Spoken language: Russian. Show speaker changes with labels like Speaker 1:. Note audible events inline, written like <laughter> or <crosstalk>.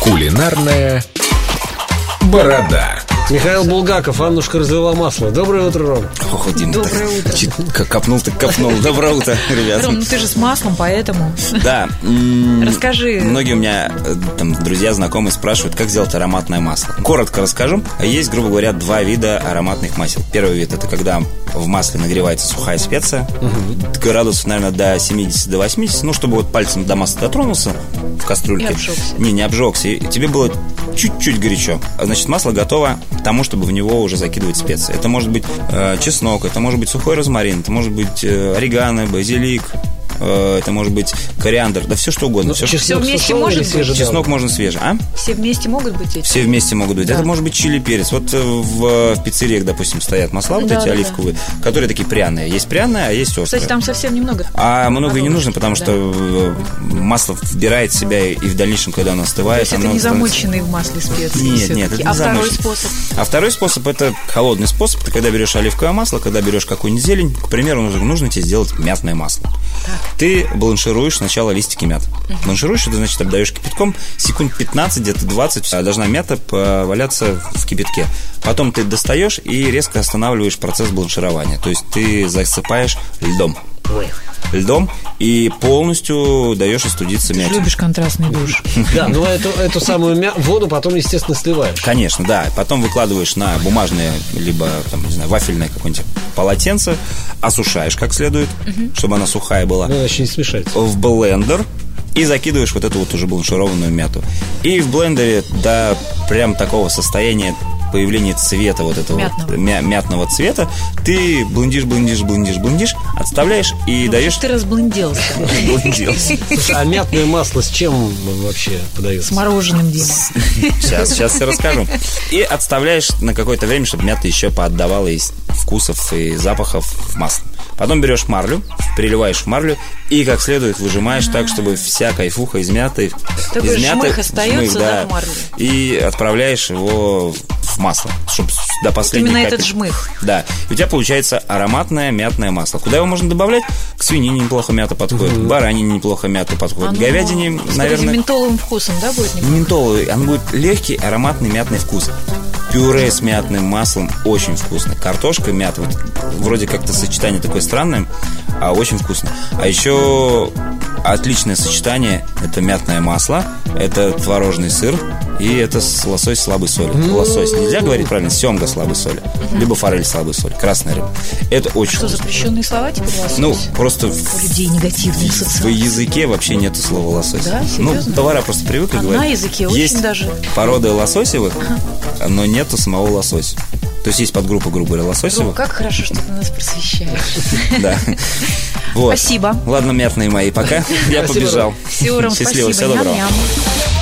Speaker 1: Кулинарная борода.
Speaker 2: Михаил Булгаков, Аннушка разлила масло. Доброе утро, Ром.
Speaker 3: Ох, Дим,
Speaker 4: Доброе утро.
Speaker 3: чуть как копнул, так копнул. Доброе утро, ребята.
Speaker 4: Ром, ну ты же с маслом, поэтому.
Speaker 3: Да. м,
Speaker 4: Расскажи.
Speaker 3: Многие у меня э, там друзья, знакомые спрашивают, как сделать ароматное масло. Коротко расскажу. Есть, грубо говоря, два вида ароматных масел. Первый вид это когда в масле нагревается сухая специя, градусов, наверное, до 70 до 80, ну, чтобы вот пальцем до масла дотронулся в кастрюльке.
Speaker 4: И обжегся.
Speaker 3: Не, не обжегся. И тебе было чуть-чуть горячо. А Значит, масло готово к тому, чтобы в него уже закидывать специи. Это может быть э, чеснок, это может быть сухой розмарин, это может быть э, орегано, базилик, э, это может быть кориандр, да все что
Speaker 2: Ну,
Speaker 3: угодно. всё, что-
Speaker 4: всё вместе
Speaker 2: сушёный
Speaker 4: может
Speaker 2: или
Speaker 4: быть?
Speaker 2: свежий?
Speaker 3: Чеснок можно свежий, а?
Speaker 4: Все вместе могут быть эти?
Speaker 3: Все вместе могут быть. Это может быть чили перец. Вот э, в, в пиццериях, допустим, стоят масла вот
Speaker 4: Да,
Speaker 3: эти
Speaker 4: да, да.
Speaker 3: оливковые, которые такие пряные. Есть пряные, а есть острые.
Speaker 4: Кстати, там совсем немного.
Speaker 3: А много и не
Speaker 4: Подумаешь,
Speaker 3: нужно, потому
Speaker 4: да.
Speaker 3: что э, масло вбирает в себя и и в дальнейшем, когда оно
Speaker 4: То
Speaker 3: остывает.
Speaker 4: есть это
Speaker 3: оно
Speaker 4: не
Speaker 3: становится-
Speaker 4: замоченные в масле специи
Speaker 3: Нет,
Speaker 4: всё-таки.
Speaker 3: нет, это не
Speaker 4: А второй
Speaker 3: замоченные.
Speaker 4: способ?
Speaker 3: А второй способ это холодный способ. Ты когда берешь оливковое масло, когда берешь какую-нибудь зелень, к примеру, нужно, нужно тебе сделать мятное масло. Ты бланшируешь сначала листики мят. Бланшируешь, это значит обдаешь кипятком секунд 15, где-то 20 а, должна мята валяться в кипятке. Потом ты достаешь и резко останавливаешь процесс бланширования. То есть ты засыпаешь льдом. Льдом и полностью даешь остудиться
Speaker 4: Ты же
Speaker 3: мяте.
Speaker 4: любишь контрастный душ.
Speaker 2: Да, но эту, эту самую мя- воду потом, естественно, сливаешь.
Speaker 3: Конечно, да. Потом выкладываешь на бумажное, либо, там, не знаю, вафельное какое-нибудь полотенце, осушаешь как следует, чтобы она сухая была,
Speaker 2: Ну, иначе
Speaker 3: <laughs>
Speaker 2: не смешается.
Speaker 3: в блендер и закидываешь вот эту вот уже бланшированную мяту. И в блендере до прям такого состояния появления цвета вот этого вот
Speaker 4: Мятного.
Speaker 3: мя- мятного цвета, ты блендишь, блендишь, блендишь, блендишь, отставляешь и даешь...
Speaker 4: Ну, Ты разблонделся.
Speaker 3: <laughs> Блендился.
Speaker 2: Слушай, а мятное масло с чем вообще подается?
Speaker 4: С мороженым, Дима.
Speaker 3: Сейчас, сейчас все расскажу. И отставляешь на какое-то время, чтобы мята еще поотдавала из вкусов и запахов в масло. Потом берешь марлю, переливаешь в марлю и как следует выжимаешь так, чтобы вся кайфуха из мяты...
Speaker 4: Такой
Speaker 3: из мяты-
Speaker 4: жмых остается, да, в марле?
Speaker 3: И отправляешь его в масло, чтобы до последней
Speaker 4: именно этот
Speaker 3: капельки-
Speaker 4: жмых.
Speaker 3: да. И у тебя получается ароматное мятное масло. Куда его можно добавлять? К свинине неплохо мята подходит, к баранине неплохо мята подходит, к
Speaker 4: Оно
Speaker 3: говядине,
Speaker 4: А ну, с таким
Speaker 3: наверное,
Speaker 4: ментоловым вкусом, да, будет? немного?
Speaker 3: ментоловый. Он будет легкий, ароматный мятный вкус. Пюре с мятным маслом очень вкусно. Картошка, мята, вот вроде как-то сочетание такое странное, а очень вкусно. А еще отличное сочетание – это мятное масло, это творожный сыр и это с- лосось слабой соли. Лосось нельзя говорить правильно, семга слабой соли, либо форель слабой соли, красная рыба. Это очень
Speaker 4: А Что,
Speaker 3: вкусно.
Speaker 4: запрещенные слова теперь у вас?
Speaker 3: Ну, просто
Speaker 4: У
Speaker 3: в
Speaker 4: людей негативные
Speaker 3: в
Speaker 4: ассоциации.
Speaker 3: языке вообще нету слова лосось.
Speaker 4: Да?
Speaker 3: ну,
Speaker 4: Серьезно?
Speaker 3: повара просто привыкли
Speaker 4: А на
Speaker 3: говорить.
Speaker 4: языке очень
Speaker 3: есть
Speaker 4: даже.
Speaker 3: породы лососевых, но нету самого лосося. То есть есть подгруппа, грубо говоря,
Speaker 4: Ром,
Speaker 3: лососевых.
Speaker 4: как хорошо, что ты нас просвещаешь.
Speaker 3: Да. Вот.
Speaker 4: Спасибо.
Speaker 3: Ладно, мятные мои, пока. Я
Speaker 2: Спасибо,
Speaker 4: <laughs>
Speaker 3: побежал.
Speaker 2: Ром.
Speaker 4: Всего, Ром,
Speaker 3: Счастливо,
Speaker 4: спасибо.
Speaker 3: всего доброго.
Speaker 4: Ням-ням.